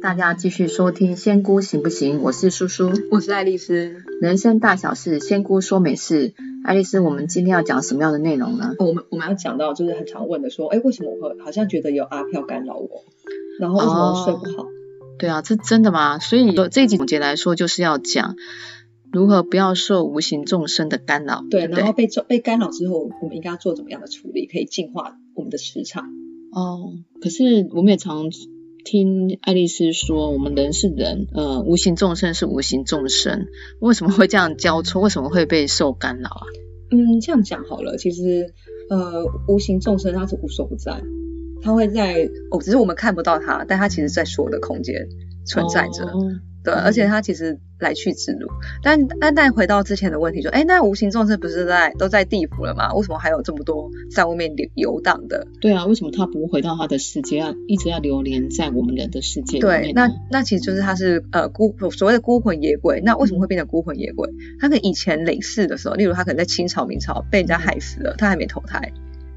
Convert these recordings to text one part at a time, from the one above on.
大家继续收听《仙姑行不行》，我是苏苏。我是爱丽丝。人生大小事，仙姑说美事。爱丽丝，我们今天要讲什么样的内容呢？哦我们我们要讲到就是很常问的说，哎，为什么我会好像觉得有阿飘干扰我，然后为什么我睡不好？对啊，这真的吗？所以有这一集总结来说，就是要讲如何不要受无形众生的干扰，对，不然后被这被干扰之后，我们应该要做怎么样的处理，可以净化我们的磁场？哦，可是我们也常听爱丽丝说，我们人是人，呃，无形众生是无形众生，为什么会这样交错？为什么会被受干扰啊？嗯，这样讲好了，其实呃，无形众生它是无所不在，它会在哦，只是我们看不到它，但它其实在所有的空间存在着。哦对，嗯而且它其实来去自如。但但但回到之前的问题，就哎，那无形众生不是在都在地府了吗？为什么还有这么多在外面流游荡的？对啊，为什么他不回到他的世界，要一直要流连在我们人的世界里对，面呢？那那其实就是它是呃孤所谓的孤魂野鬼。那为什么会变成孤魂野鬼？他可能以前累世的时候，例如他可能在清朝、明朝被人家害死了，他还没投胎，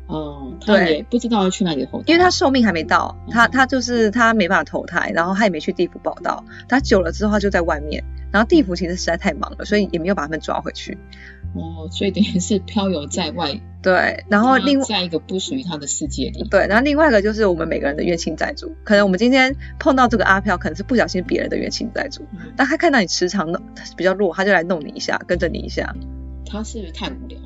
哦，他对也不知道要去哪里投胎，因为他寿命还没到，他嗯他就是他没办法投胎，然后他也没去地府报道，他久了之后他就在外面，然后地府其实实在太忙了，所以也没有把他们抓回去。哦，所以等于是漂游在外，对，然后另外。在一个不属于他的世界里。对，然后另外一个就是我们每个人的冤亲债主，可能我们今天碰到这个阿飘，可能是不小心别人的冤亲债主，嗯但他看到你磁场弄比较弱，他就来弄你一下，跟着你一下，他是不是太无聊？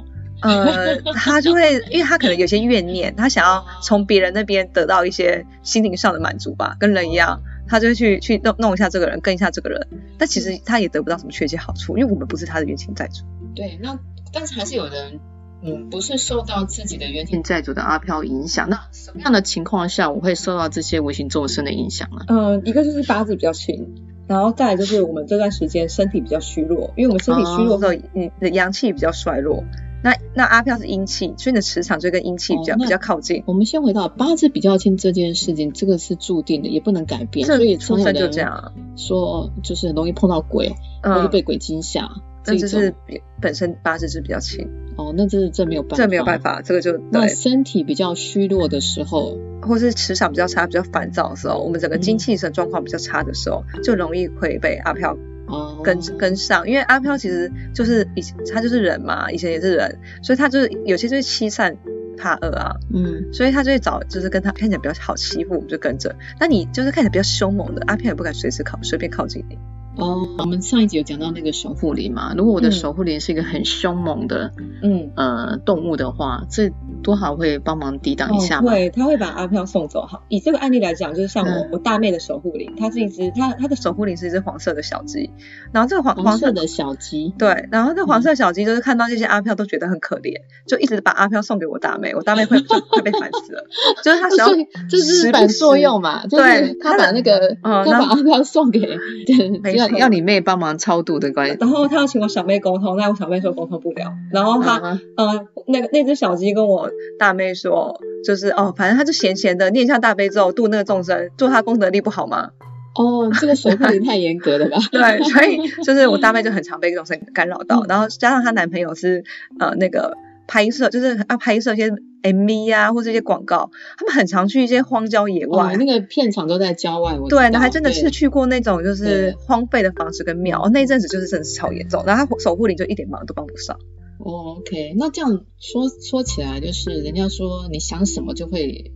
呃，他就会，因为他可能有些怨念，他想要从别人那边得到一些心灵上的满足吧，跟人一样，他就会去去弄弄一下这个人，跟一下这个人，但其实他也得不到什么确切好处，因为我们不是他的冤亲债主。对，那但是还是有人，嗯，不是受到自己的冤亲债主的阿飘影响。那什么样的情况下我会受到这些无形众生的影响啊呢？嗯，一个就是八字比较轻，然后再来就是我们这段时间身体比较虚弱，因为我们身哦体虚弱的时候，你的阳气比较衰弱。那那阿飘是阴气，所以你的磁场就跟阴气比较、哦那比较靠近。我们先回到八字比较轻这件事情，这个是注定的，也不能改变。所以这常出有生就人这样，啊说，哦就是容易碰到鬼，啊或者嗯，被鬼惊吓。这就种是比本身八字是比较轻，哦，那这这没有办法，这没有办。法，这个就那对，身体比较虚弱的时候，或是磁场比较差、比较烦躁的时候，我们整个嗯精气神状况比较差的时候，就容易会被阿飘哦，跟跟上，因为阿飘其实就是以前他就是人嘛，以前也是人，所以他就是有些就是欺善怕恶啊，嗯，所以他就会找就是跟他看起来比较好欺负，我们就跟着。那你就是看起来比较凶猛的，阿飘也不敢随时靠随便靠近你。哦，我们上一集有讲到那个守护灵嘛，如果我的嗯守护灵是一个很凶猛的、嗯，呃动物的话，这多少会帮忙抵挡一下嘛。对，他哦会把阿飘送走。好，以这个案例来讲，就是像我、嗯我大妹的守护灵，它是一只它嗯它的守护灵是一只黄色的小鸡，然后这个黄黄色的小鸡，对，然后那嗯黄色小鸡就是看到这些阿飘都觉得很可怜，就一直把阿飘送给我大妹，我大妹会 就会被烦死了，就是他只要哦所以这是时不反作时用嘛，就对是他它的把那个哦他把那阿飘送给， 对没要错要你妹帮忙超度的关系。然后他要请我小妹沟通，但我小妹说沟通不了。然后他、啊呃，那个那只小鸡跟我大妹说，就是哦，反正他就闲闲的念一下大悲咒，度那个众生，做他功德力不好吗？哦，这个守护灵太严格了吧？对， 所以就是我大妹就很常被众生干扰嗯到，然后加上她男朋友是呃那个拍摄，就是要拍摄一些 MV 啊或这些广告，他们很常去一些荒郊野哇，外。哦那个片场都在郊外，我知嗯对，然后道还真的对是去过那种就对是荒废的房子跟庙，那一阵子就是真的是超严重，然后他守护灵就一点忙都帮不上。哦，OK，那这样说说起来，就是嗯人家说你想什么就会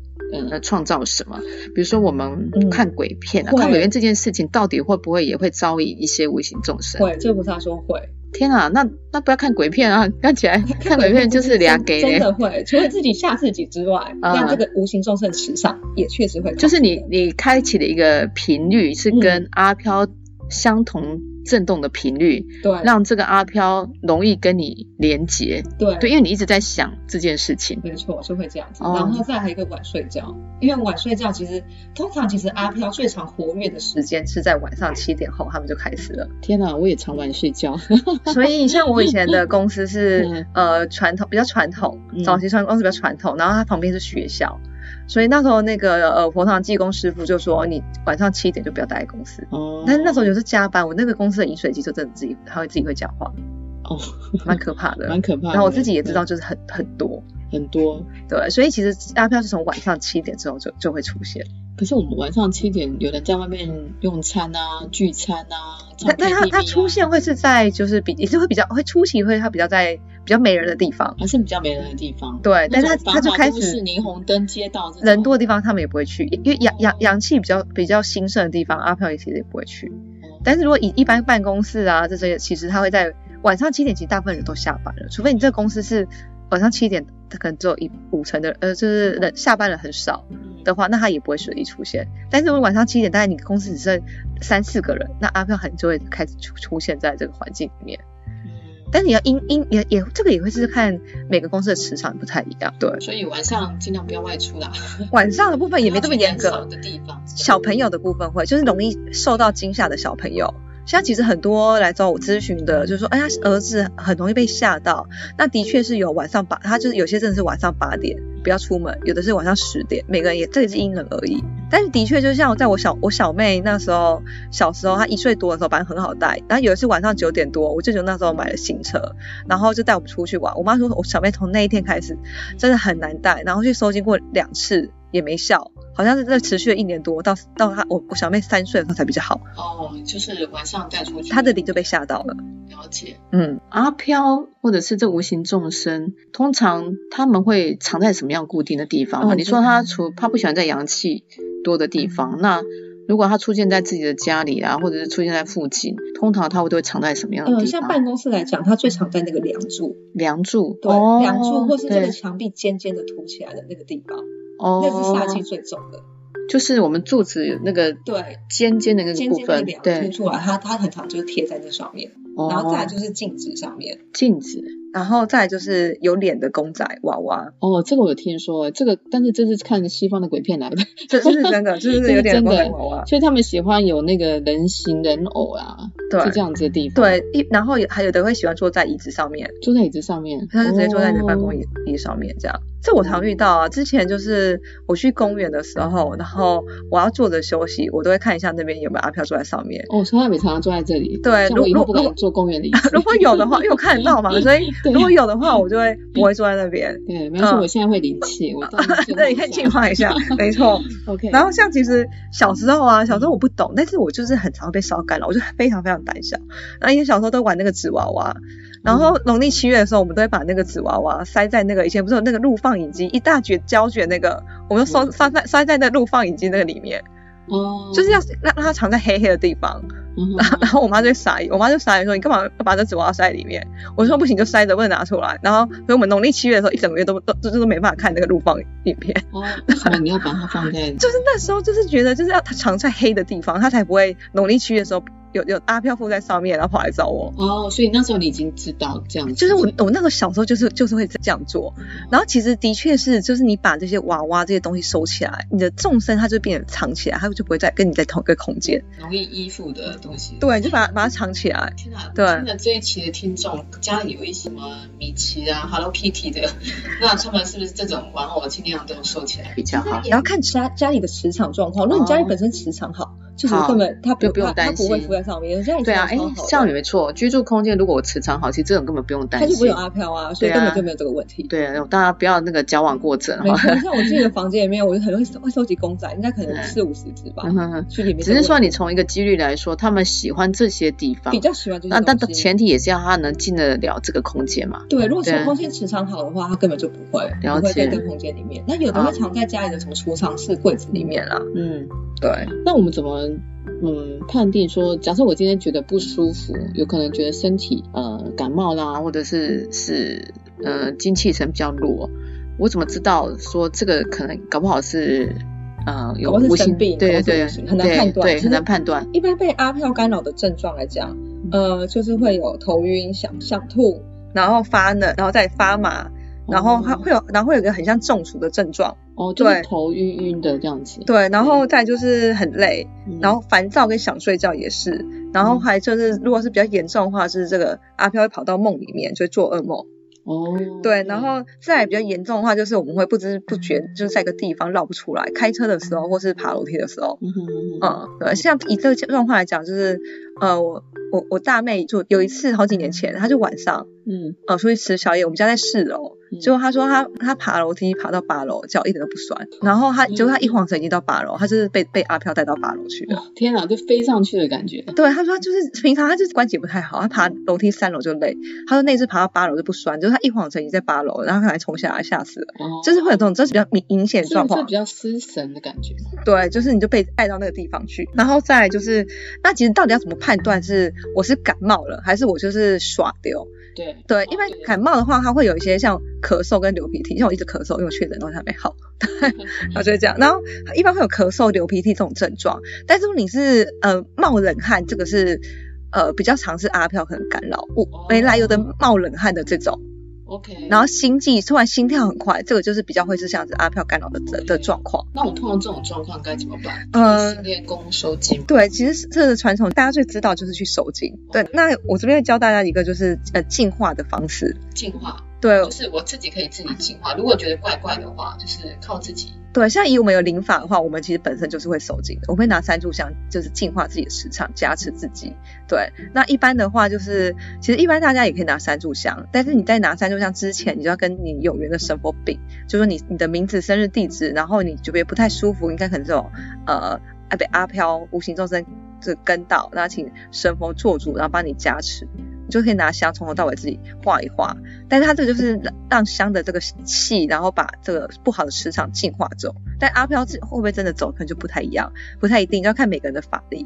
呃创造什么。比如说我们嗯看鬼片啊，会看鬼片这件事情到底会不会也会招引一些无形众生？会，这菩萨说会，天啊，那那不要看鬼片啊， 看 起来看鬼片就是俩给真嘞。的会，除了自己吓自己之外，啊让这个无形众生磁场也确实会靠近，就是 你你开启的一个频率是嗯跟阿飘相同振动的频率，对让这个阿飘容易跟你连接。对对，因为你一直在想这件事情。没错，就会这样子。哦然后再还有一个晚睡觉，因为晚睡觉其实通常其实阿飘最常活跃的时间是在晚上七点后，他们就开始了。天啊，我也常晚睡 觉。 所以像我以前的公司嗯是呃传统比较传统嗯，早期传公司比较传统，然后它旁边是学校。所以那时候那个呃佛堂技工师傅就说，哦你晚上七点就不要待在公司。哦但是那时候有时候加班，我那个公司的饮水机就真的自己，它会自己会讲话，哦，蛮可怕的。蛮可怕的。然后我自己也知道，就是很很多，很多呃对，所以其实阿飘是从晚上七点之后就就会出现。可是我们晚上七点有人在外面用餐啊、聚餐啊，唱但但他 KTV 他啊出现会是在就是比也是会比较会出席会他比较在比较没人的地方，还是比较没人的地方。对，但那是他种他繁就华开都市始霓虹灯街道这种哦人多的地方他们也不会去，因因为阳阳阳气比较比较兴盛的地方，阿飘也其实也不会去。哦但是如果以一般办公室啊这些，其实他会在晚上七点，其实大部分人都下班了，除非你这个公司是晚上七点，他可能只有一五成的呃，就是人下班人很少嗯的话，那他也不会随意出现。但是如果晚上七点，大概你公司只剩三四个人，那阿票很就会开始出出现在这个环境里面。但是你要因因也也这个也会是看每个公司的磁场不太一样，对，所以晚上尽量不要外出啦，晚上的部分也没这么严不要去格人。少的地方。小朋友的部分会，就是容易受到惊吓的小朋友。现在其实很多来找我咨询的，就是说，哎呀，他儿子很容易被吓到。那的确是有晚上八，他就是有些真的是晚上八点不要出门，有的是晚上十点，每个人也这也是因人而异。但是的确，就像在我小我小妹那时候，小时候她一岁多的时候，反正很好带。然后有一次晚上九点多，我舅舅那时候买了新车，然后就带我们出去玩。我妈说，我小妹从那一天开始真的很难带，然后去收金过两次也没效，好像是在持续了一年多，到到她我我小妹三岁的时候才比较好，哦，就是晚上带出去，她的脸就被吓到了。了解。嗯，阿飘或者是这无形众生，通常他们会藏在什么样固定的地方吗？哦你说他除他不喜欢在阳气多的地方，那如果他出现在自己的家里啊，或者是出现在附近，通常他会都会藏在什嗯么样的呃，地像方？办公室来讲，它最常在那个梁柱，梁柱，对，哦梁柱或是这对个墙壁尖尖的凸起来的那个地方，哦，那是煞气最重的。就是我们柱子那个对，尖尖的那个尖部尖的分，梁凸对，哦出来，它它很常就是贴在那上面，然后再来就是镜子上面，镜子。哦然后再来就是有脸的公仔娃娃，哦，这个我有听说，这个但是这是看西方的鬼片来的， 这这是真的，就是有 点真的公仔娃娃，所以他们喜欢有那个人形人偶啊，对是这样子的地方，，对，一然后有还有的会喜欢坐在椅子上面，坐在椅子上面，他就直接坐在你的办公哦椅椅上面这样。这我常遇到啊，之前就是我去公园的时候，然后我要坐着休息，我都会看一下那边有没有阿飘坐在 上面。哦，所以他们常常坐在这里，对像我以如后不如，敢坐公园的椅子 如果有的话，因为我看得到嘛，所以对如果有的话，我就会不会坐在那边。 对，没关系，嗯我现在会灵气，我到时候进对，你化可一以下净化一下，没错。 ，OK，然后像其实小时候啊，小时候我不懂，但是我就是很常被烧干扰，我就非常非常胆小。然后因为小时候都玩那个纸娃娃，然后农历七月的时候，我们都会把那个纸娃娃塞在那个以前不是有那个录放影机一大卷胶卷那个，我们就收塞在塞在那个录放影机那个里面，哦，就是要让让它藏在黑黑的地方。嗯哼， 然后我妈就傻眼，我妈就傻眼说：“你干嘛要把这纸娃娃塞在里面？”我说：“不行，就塞着，不能拿出来。”然后所以我们农历七月的时候，一整个月都都就是都没办法看那个录放影片。哦，为什么你要把它放在？就是那时候就是觉得就是要它藏在黑的地方，它才不会农历七月的时候有有阿飘附在上面，然后跑来找我。哦，所以那时候你已经知道这样子，就是我我那个小时候就是就是会这样做，然后其实的确是就是你把这些娃娃这些东西收起来，你的众生它就变得藏起来，它就不会再跟你在同一个空间。容易依附的东西，对，就把它把它藏起来。天哪！对听了这一期的听众，家里有一些什么米奇啊、Hello Kitty 的， 那他们是不是这种玩偶尽量都收起来比较好？也要看家家里的磁场状况。如果你家里本身磁场好，就是根本它就不不用它它担心不会附在上面。有家里磁对啊，场哎超，好像的，你没错，居住空间如果我磁场好，其实这种根本不用它担就不会心有。阿飘啊，所以对啊根本就没有这个问题。对，大家不要那个矫枉过正没哈。 错，像我自己的房间里面，我就很容易收会收集公仔，应该可对能四五十只吧，嗯哼哼所以也没这只个是说问题你从一个几率来说，他们喜欢这些地方比，较喜欢这些那但东西前提也是要他能进得了这个空间嘛。对，如果对啊抽空间磁场好的话，它根本就不会了不会在解这个空间里面。那有的会藏在家里的什么储藏室、柜子里里面。面啦，嗯，对，那我们怎么嗯判定说，假设我今天觉得不舒服，有可能觉得身体呃感冒啦，或者是是呃精气神比较弱，我怎么知道说这个可能搞不好是呃有搞不好是无形生病对搞对不好是对无形很难判断对就对是很难判断。一般被阿飘干扰的症状来讲，呃，就是会有头晕、想想吐，然后发冷，然后再发麻，然后它会有，然后会有一个很像中暑的症状，哦，就是对头晕晕的这样子，对，然后再就是很累，嗯然后烦躁跟想睡觉也是，然后还就是如果是比较严重的话，是这个阿飘会跑到梦里面，就会做噩梦。哦对，然后再来比较严重的话，就是我们会不知不觉就是在一个地方绕不出来，开车的时候或是爬楼梯的时候。嗯哼嗯哼嗯，对，像以这个状况来讲，就是呃，我我我大妹就有一次好几年前，她就晚上嗯呃，出去吃宵夜，我们家在四楼嗯，结果他说他他爬楼梯爬到八楼，脚一点都不酸，然后他结果他一晃神已经到八楼，他就是被被阿飘带到八楼去了。哇，哦天哪，就飞上去的感觉。对，他说他就是平常他就是关节不太好，他爬楼梯三楼就累，他说那次爬到八楼就不酸，就是他一晃神已经在八楼，然后他还冲下来，吓死了。哦，就是会有这种，这是比较明明显的所状以这况比，较失神的感觉嘛。对，就是你就被带到那个地方去，然后再来就是，那其实到底要怎么判断是我是感冒了，还是我就是耍丢？对对，因为感冒的话，它会有一些像咳嗽跟流鼻涕，像我一直咳嗽，因为我确诊到现在还没嗯 好，然后就是这样。然后一般会有咳嗽、流鼻涕这种症状，但是如果你是呃冒冷汗，这个是呃比较常是阿飘可能干扰，我没来由的冒冷汗的这种， ，OK。然后心悸突然心跳很快，这个就是比较会是像是阿飘干扰的的的状况。那我碰到这种状况该怎么办？嗯嗯，练功收紧。对，其实是这个传统大家最知道就是去收精。对，那我这边教大家一个就是呃净化的方式。净化，对就是我自己可以自己净化。如果觉得怪怪的话，就是靠自己。对，像以我们有灵法的话，我们其实本身就是会收精的，我们会拿三炷香就是净化自己的磁场，加持自己。对，那一般的话就是，其实一般大家也可以拿三炷香，但是你在拿三炷香之前，你就要跟你有缘的神佛禀，就说你你的名字、生日、地址，然后你觉得不太舒服，应该可能这种呃啊被阿飘无形众生这跟到，然后请神佛做主，然后帮你加持，你就可以拿香从头到尾自己画一画。但是它这个就是让让香的这个气，然后把这个不好的磁场净化走。但阿飘是会不会真的走，可能就不太一样，不太一定，要看每个人的法力。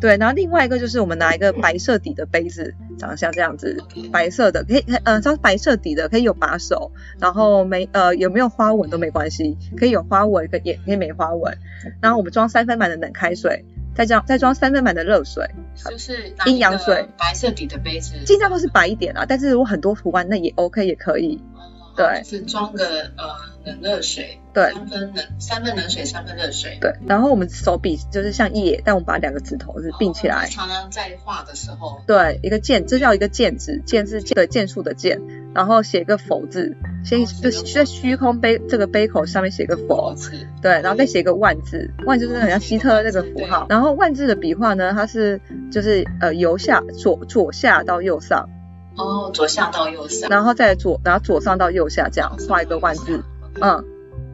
对，然后另外一个就是我们拿一个白色底的杯子，长得像这样子， OK，白色的可以，呃，它是白色底的，可以有把手，然后没呃有没有花纹都没关系，可以有花纹，可以也可以没花纹。然后我们装三分满的冷开水，再装再装三分满的热水，就是拿阴阳水一个白色底的杯子，尽量都是白一点啊，但是如果很多图案那也 OK 也可以。哦对就是装个呃冷热水，对三分冷三分冷水，三分热水，对，然后我们手臂就是像叶，但我们把两个指头是并起然后来。常常在画的时候，对，一个剑，这叫一个剑字，剑是剑的剑术的剑，然后写一个佛字，先哦写就个是佛在虚空杯这个杯口上面写个佛，是对，然后再写一个万字，万就是很像希特勒那个符号。然后万字的笔画呢，它是就是呃由下左左下到右上，哦，左下到右上，然后再左然后左上到右下这样画一个万字，嗯，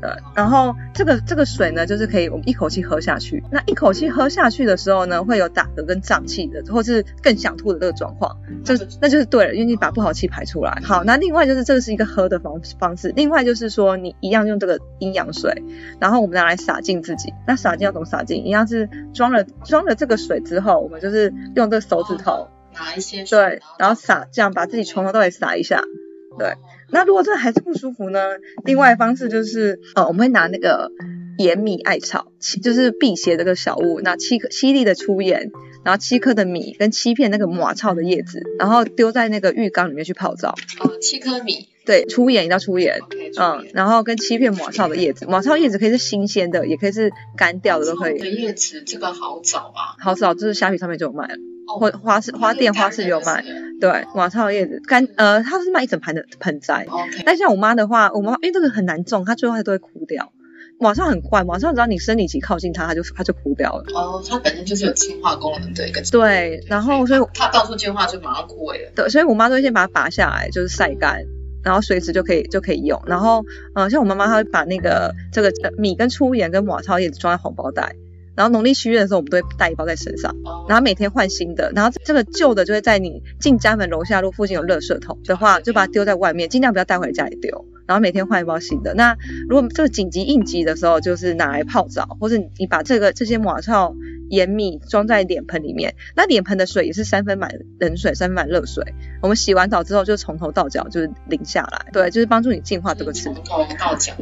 对，然后这个这个水呢，就是可以我们一口气喝下去。那一口气喝下去的时候呢，会有打嗝跟胀气的，或是更想吐的这个状况，嗯就那就是对了，因为你把不好气排出来。好，那另外就是这个是一个喝的方方式，另外就是说你一样用这个阴阳水，然后我们拿来洒净自己。那洒净要怎么洒净？一样是装了装了这个水之后，我们就是用这个手指头，拿一些水对，然后洒这样把自己从头到尾洒一下，对，那如果真的还是不舒服呢？另外方式就是，呃，我们会拿那个盐米艾草，七就是辟邪这个小物，拿七颗七粒的粗盐，然后七颗的米跟七片那个马草的叶子，然后丢在那个浴缸里面去泡澡。哦，呃七颗米对，粗盐一定要粗盐。 ，OK，嗯，然后跟七片马草的叶子，马草叶子可以是新鲜的，也可以是干掉的都可的以。叶子这个好找啊，好少就是虾皮上面就有卖了，哦或花市花店花市有卖。对，马草叶子干呃，它是卖一整盘的盆栽， ，OK，但像我妈的话，我妈因为这个很难种，她最后还都会枯掉。马上很快，马上只要你生理期靠近它，它就它就枯掉了。哦，它本身就是有净化功能的一个，对，然后所以我它到处净化就马上枯萎了。对，所以我妈都会先把它拔下来，就是晒干，然后随时就可以就可以用。然后，呃，像我妈妈她会把那个这个呃米跟粗盐跟马超叶子装在红包袋，然后农历七月的时候我们都会带一包在身上，哦然后每天换新的。然后这个旧的就会在你进家门楼下，如果附近有垃圾桶的话，就把它丢在外面，尽量不要带回家里丢。然后每天换一包新的。那如果这个紧急应急的时候，就是拿来泡澡，或者你把这个这些马草、盐米装在脸盆里面。那脸盆的水也是三分满冷水，三分满热水。我们洗完澡之后，就从头到脚就是淋下来，对，就是帮助你净化这个磁从头到脚，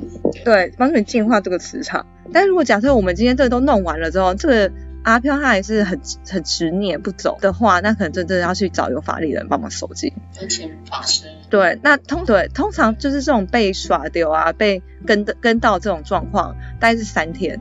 对，对，帮助你净化这个磁场。但如果假设我们今天这个都弄完了之后，这个阿飘他还是很很执念不走的话，那可能真正要去找有法力的人帮忙收集。跟前法师对，那通对通常就是这种被耍丢啊，被跟的跟到这种状况，大概是三天，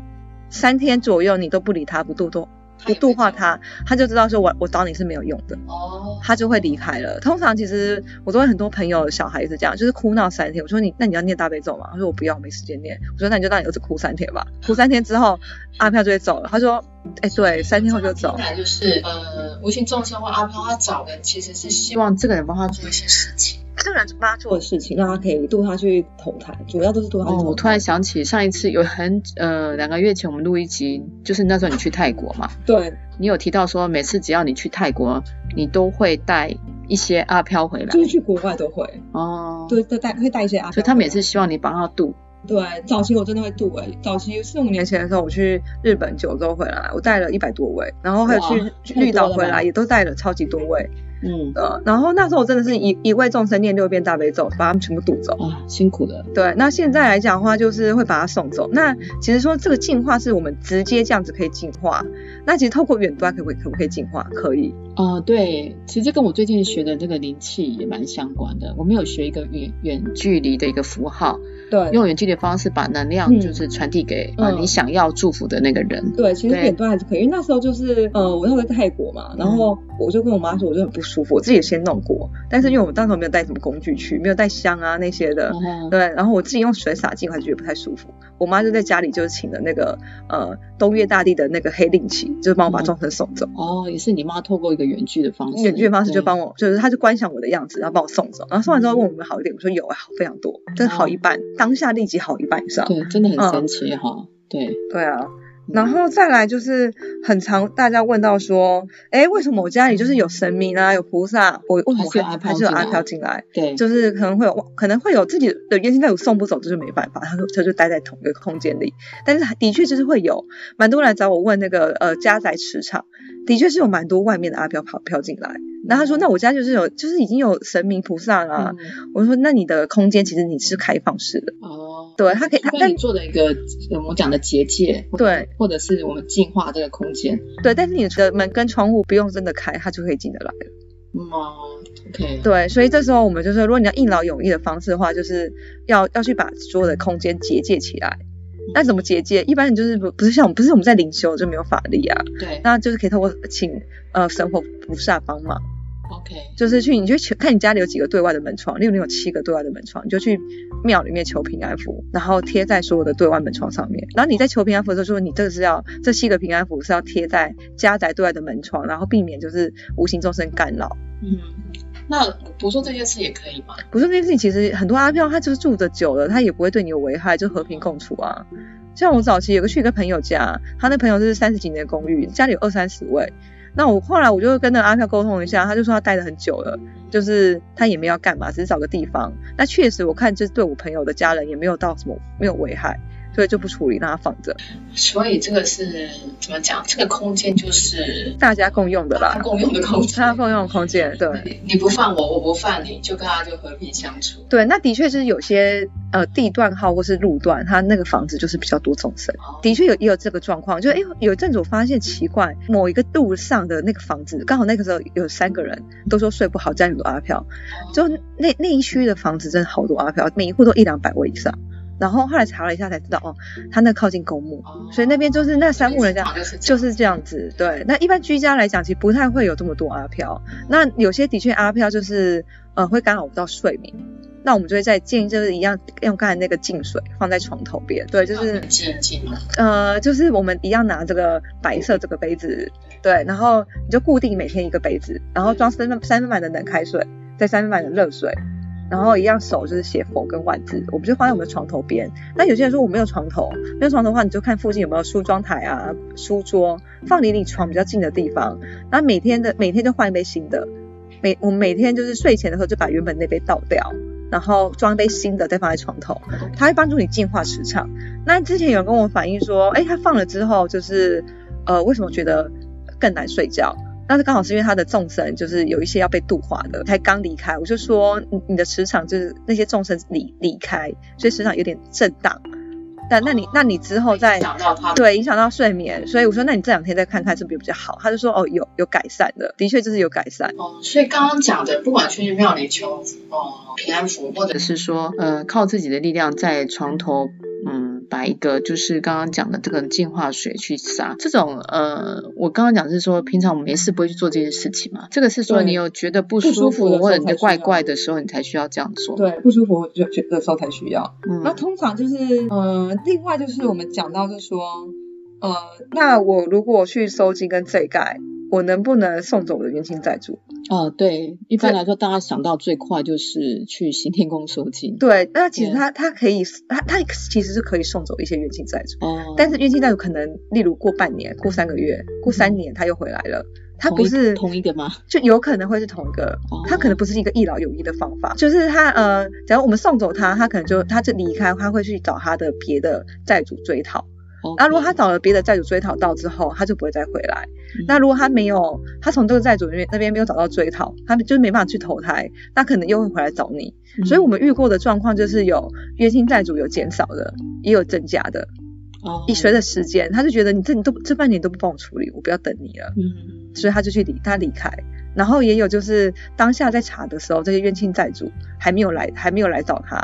三天左右你都不理他不动动，不度化他，他就知道说我我找你是没有用的，哦，他就会离开了。通常其实我都会很多朋友小孩子这样，就是哭闹三天。我说你那你要念大悲咒吗？他说我不要，我没时间念。我说那你就让你儿子哭三天吧，哭三天之后阿飘就会走了。他说哎、对，三天后就走听。来就是呃，无形众生或阿飘他找的其实是希希望望这个人帮他做一些事情。这个人就帮他做做的事情，让他可以渡他去投胎，主要都是渡他去哦，投我突胎。然想起上一次有很呃两个月前我们录一集，就是那时候你去泰国嘛，对，你有提到说每次只要你去泰国，你都会带一些阿飘回来就是去国外都会，哦，，对，都带会带一些阿飘回来。所以他们也是希望你帮他渡。对，早期我真的会渡哎、早期四五年年前前的时候，我去日本九州回来，我带了一百多位，然后还有哇去去太绿岛多了回吧来，也都带了超级多位。嗯，呃，然后那时候我真的是一一位众生念六遍大悲咒，把他们全部渡走。啊，辛苦了。对，那现在来讲的话，就是会把它送走。那其实说这个净化是我们直接这样子可以净化，那其实透过远端可不可以可不可以净化？可以。啊、对，其实跟我最近学的这个灵气也蛮相关的。我们有学一个远远距离的一个符号，对用远距离的方式把能量嗯就是传递给、呃啊嗯你想要祝福的那个人。对，其实对远端还是可以，因为那时候就是呃，我那时候在泰国嗯嘛，然后我就跟我妈说，我就很不不舒服，我自己也先弄过，但是因为我当时没有带什么工具去，没有带香啊那些的，哦对，然后我自己用水洒净化就觉得不太舒服。我妈就在家里就请了那个呃东岳大帝的那个黑令旗，就是帮我把嗯众生送走。哦，也是你妈透过一个远距的方式，远距的方式就对帮我，就是他就观想我的样子，然后帮我送走。然后送完之后问我们好一点，我说有啊，好非常多，真的好一半，当下立即好一半以上。哦对，嗯真的很嗯神奇哈、对，对啊，然后再来就是很常大家问到说，哎，为什么我家里就是有神明啊，有菩萨，我为什么还是有还阿飘还是进有阿来飘进来？对，就是可能会有可能会有自己的原生带有送不走，这就没办法，他就他就待在同一个空间里。但是的确就是会有蛮多人来找我问那个呃家宅磁场，的确是有蛮多外面的阿飘跑飘进来。然后他说，那我啊家就是有就是已经有神明菩萨啦、嗯我说，那你的空间其实你是开放式的，哦，对他可以，他除非但你做了一个呃我们讲的结界，或对或者是我们净化这个空间，对，但是你的门跟窗户不用真的开，他就可以进得来了。嗯哦，OK，对，所以这时候我们就是，如果你要一劳永逸的方式的话，就是要要去把所有的空间结界起来。那怎么结界？一般你就是不不是像我们不是我们在灵修就没有法力啊，对那就是可以透过请呃神佛菩萨帮忙， ，OK，就是去你就去看你家里有几个对外的门窗，例如你有七个对外的门窗，你就去庙里面求平安符，然后贴在所有的对外门窗上面。然后你在求平安符的时候，说你这个是要这七个平安符是要贴在家宅对外的门窗，然后避免就是无形众生干扰。嗯，那不做这件事也可以吗？不是这件事情，其实很多阿飘他就是住的久了，他也不会对你有危害，就和平共处啊。像我早期有个去一个朋友家，他那朋友就是三十几年的公寓，家里有二三十位。那我后来我就跟那个阿飘沟通一下，他就说他待了很久了，就是他也没有要干嘛，只是找个地方。那确实我看就是对我朋友的家人也没有到什么没有危害，所以就不处理，让他放着，所以这个是怎么讲？这个空间就是大家共用的大啦家，共用的空间，大家共用的空间，对。你不犯我，我不犯你，就跟他就和平相处。对，那的确是有些呃地段号或是路段，它那个房子就是比较多众生，的确有也有这个状况。就哎、诶有一阵子我发现奇怪，某一个路上的那个房子，刚好那个时候有三个人都说睡不好，家里有阿飘，就那那一区的房子真的好多阿飘，每一户都一两百位以上。然后后来查了一下才知道，哦，他那靠近公墓，哦所以那边就是那三户人家这个市场就就是这样是这样子，对。那一般居家来讲，其实不太会有这么多阿飘。那有些的确阿飘就是呃会干扰到睡眠，那我们就会在建议就是一样用刚才那个净水放在床头边，对，啊就是很静一静嘛。呃就是我们一样拿这个白色这个杯子，对，然后你就固定每天一个杯子，然后装三分三分满的冷开水，再三分满的热水。然后一样手就是写佛跟万字，我们就放在我们的床头边。那有些人说我没有床头，没有床头的话，你就看附近有没有梳妆台啊、书桌，放离你床比较近的地方。然后每天的每天就换一杯新的，每我们每天就是睡前的时候就把原本那杯倒掉，然后装一杯新的再放在床头，它会帮助你净化磁场。那之前有人跟我反映说，哎，他放了之后就是呃为什么觉得更难睡觉？那是刚好是因为他的众生就是有一些要被度化的，才刚离开，我就说你你的磁场就是那些众生离离开，所以磁场有点震荡。但那你那你之后再想到他，对影响到睡眠，所以我说那你这两天再看看是不是比较好，他就说哦有有改善的，的确就是有改善。哦，所以刚刚讲的，不管去庙里求哦平安符，或或者者是说，呃，靠自己的力量在床头，嗯，把一个就是刚刚讲的这个净化水去杀。这种呃，我刚刚讲是说，平常我们没事不会去做这件事情嘛。这个是说对你有觉得不不舒舒服的时服候或者你觉得才需要怪怪的时候，你才需要这样做。对，不舒服就觉的时候才需要。那嗯，通常就是，呃，另外就是我们讲到就是说，呃，那我如果去收金跟这一盖，我能不能送走我的冤亲债主？哦，对，一般来说大家想到最快就是去行天宫收金。对，那其实对他他可以，他他其实是可以送走一些冤亲债主，哦，但是冤亲债主可能，例如过半年、过三个月、过三年，他又回来了。他不是嗯同一个吗？就有可能会是同一个哦，他可能不是一个一劳永逸的方法，就是他呃，假如我们送走他，他可能就他就离开，他会去找他的别的债主追讨。那如果他找了别的债主追讨到之后，他就不会再回来。嗯那如果他没有，他从这个债主那边那边没有找到追讨，他就没办法去投胎，那可能又会回来找你。果所以我们遇过的状况就是有冤亲债主有减少的，也有增加的。哦，随着时间，他就觉得你这你都这半年都不帮我处理，我不要等你了。嗯，所以他就去离他离开。然后也有就是当下在查的时候，这些冤亲债主还没有来，还没有来找他，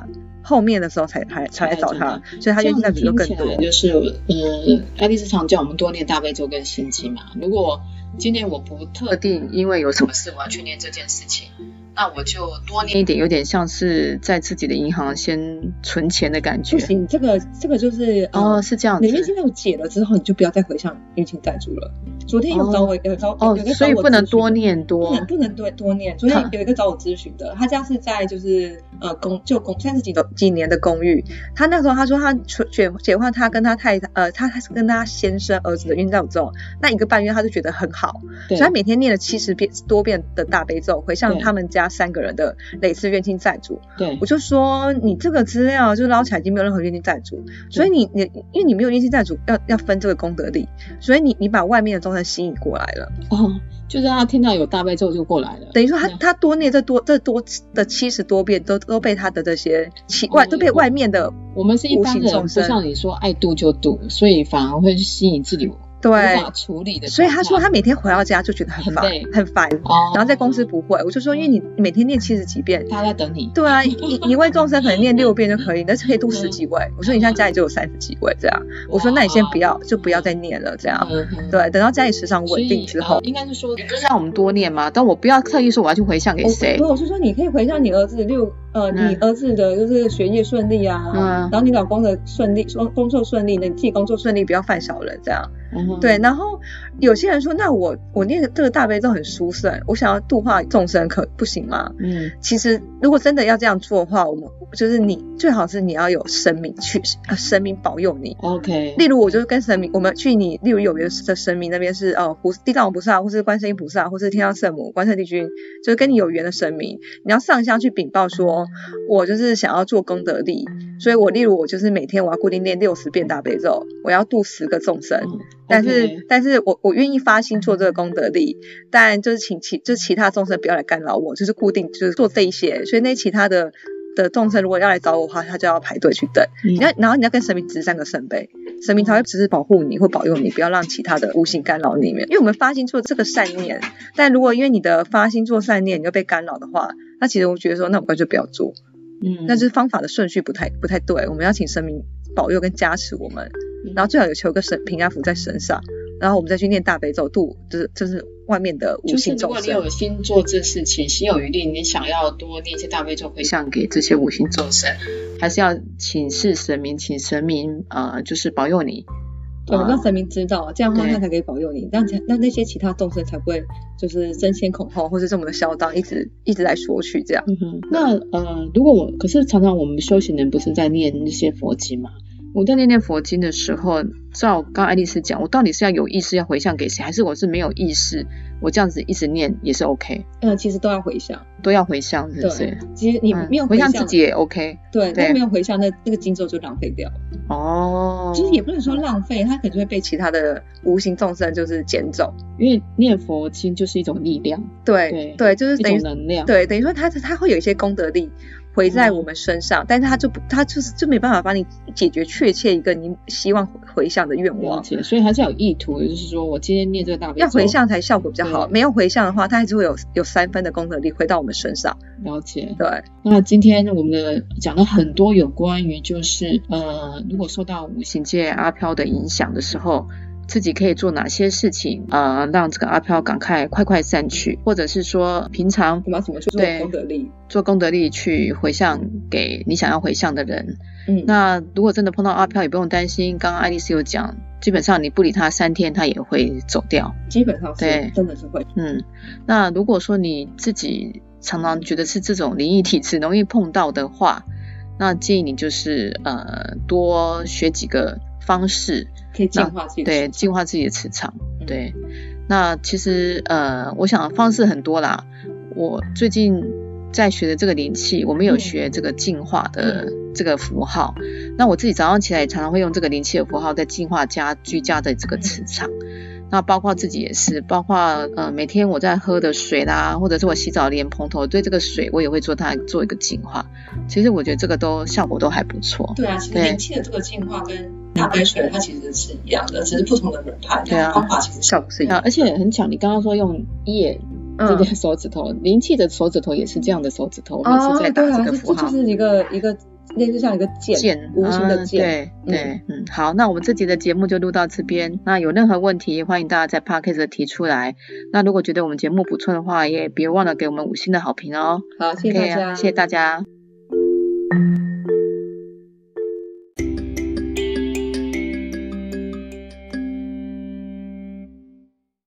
后面的时候才才才来找他，所以他这冤样亲债子主就听更起多来。就是，嗯，爱丽丝常叫我们多念大悲咒跟心经嘛。如果今天我不特定因为有什么事我要去念这件事情，那我就多念一点，有点像是在自己的银行先存钱的感觉不。行，这个这个就是呃哦，，是这样你冤子亲。债主解了之后，你就不要再回向冤亲债主了。昨天有找我，有找哦有一个，找所以我不能咨询多念不多嗯能不能多多念。昨天嗯有一个找我咨询的，他家是在就是呃公就公三十几有几年的公寓，他那时候他说他解解解换他跟他太太呃他他跟他先生儿子的冤亲债主之后，那一个半月他就觉得很好，所对以他每天念了七十遍多遍的大悲咒，回向对他们家三个人的类似冤亲债主，嗯对我就说你这个资料就捞起来已经没有任何冤亲债主，所以你你因为你没有冤亲债主要要分这个功德力，所以你你把外面的众生吸引过来了，哦，就是他听到有大悲咒就过来了。等于说他嗯他多念这多这多的七十多遍都都被他的这些奇哦外都被外面的我们是一般无形人，众不生像你说爱度就度，所以反而会吸引自己无对，法处理的所状以态。他说他每天回到家就觉得很很烦累很烦，哦，然后在公司不会，我就说因为你每天念七十几遍。他在等你。对啊，一一位众生可能念六遍就可以，但是可以度十几位。嗯我说你像家里就有三十几位这样，我说那你先不要，就不要再念了这样。嗯哼对，等到家里时常所稳以定之后呃，应该是说，就是让我们多念嘛，但我不要特意说我要去回向给谁不，。我是说你可以回向你儿子六呃，嗯你儿子的就是学业顺利啊，嗯然后你老公的顺利，工工作顺利，你自己工作顺顺利不要犯小人这样。嗯哼，对，然后有些人说，那我我念这个大悲咒很殊胜，我想要度化众生可不行吗？嗯，其实如果真的要这样做的话，我们就是你最好是你要有神明去啊，神明保佑你。 ，OK，例如，我就是跟神明，我们去你，例如有的的神明那边是呃，菩地藏王菩萨，或是观世音菩萨，或是天上圣母、观世帝君，就是跟你有缘的神明，你要上香去禀报说，我就是想要做功德力，所以我例如我就是每天我要固定念六十遍大悲咒，我要度十个众生，嗯但是 OK 但是我我愿意发心做这个功德力，但就是请其就是其他众生不要来干扰我，就是固定就是做这一些，所以那其他的。的众生如果要来找我的话，他就要排队去等。嗯你要，然后你要跟神明掷三个圣杯，神明才会只是保护你或保佑你，不要让其他的无形干扰你们。因为我们发心做这个善念，但如果因为你的发心做善念，你就被干扰的话，那其实我觉得说，那我干脆不要做，嗯，那就是方法的顺序不太不太对。我们要请神明保佑跟加持我们，嗯然后最好有求个神平安符在身上，然后我们再去念大悲咒度，就是就是外面的无就是形如众果你生。有心做这事情，心有余力，你想要多念一些大悲咒回向给这些五行众生，还是要请示神明，请神明呃，就是保佑你。对，啊让神明知道，这样的话对他才可以保佑你，让才让那些其他众生才不会就是争先恐后。哦，或是这么的嚣张，一直一直来索取这样。嗯哼，那呃，如果我可是常常我们修行人不是在念那些佛经嘛？我在念念佛经的时候，照刚爱丽丝讲，我到底是要有意识要回向给谁，还是我是没有意识，我这样子一直念也是 OK，嗯，其实都要回向，都要回向，是不是对？，其实你嗯没有回向向自己，也 OK 对，对但没有回向，那那个经咒就浪费掉了。哦。就是也不能说浪费，他可能就会被其他的无形众生就是捡走，因为念佛经就是一种力量，对对对，就是一等于种能量。对，等于说他他会有一些功德力，回嗯在我们身上，但是他就不，他就是就没办法帮你解决确切一个你希望回向的愿了望。解，所以还是要有意图，也就是说我今天念这个大悲咒，要回向才效果比较好，对没有回向的话，它还是会有有三分的功德力回到我们身上。了解。对，那今天我们的讲了很多有关于就是呃，如果受到五行界阿飘的影响的时候，自己可以做哪些事情，呃，让这个阿飘赶快快快散去，或者是说平常干嘛怎么去做对功德力？做功德力去回向给你想要回向的人。嗯那如果真的碰到阿飘，也不用担心，刚刚爱丽丝有讲，基本上你不理他三天，他也会走掉。基本上对是真的是会。嗯，那如果说你自己常常觉得是这种灵异体质容易碰到的话，那建议你就是呃多学几个方式，可以净化自己的对，磁净场，化自己的磁场。嗯嗯对，那其实呃，我想方式很多啦。我最近在学的这个灵气，我们有学这个净化的这个符号。那我自己早上起来也常常会用这个灵气的符号在净化家居家的这个磁场。那包括自己也是，包括呃每天我在喝的水啦，或者是我洗澡连蓬头，对这个水我也会做它做一个净化。其实我觉得这个都效果都还不错。对啊，其实对灵气的这个进化跟大白水它其实是一样的，只是不同的门派，对啊方法其实是效果是一啊样。，而且很巧，你刚刚说用叶这个嗯，手指头，灵气的手指头也是这样的手指头，我哦们是在打对这啊，个这符这号就。是一个一个类似像一个剑，无形的剑。嗯对对，嗯，好，那我们这集的节目就录到这边。那有任何问题，欢迎大家在 podcast 提出来。那如果觉得我们节目不错的话，也别忘了给我们五星的好评哦。好，谢谢大 OK 啊家，谢谢大家。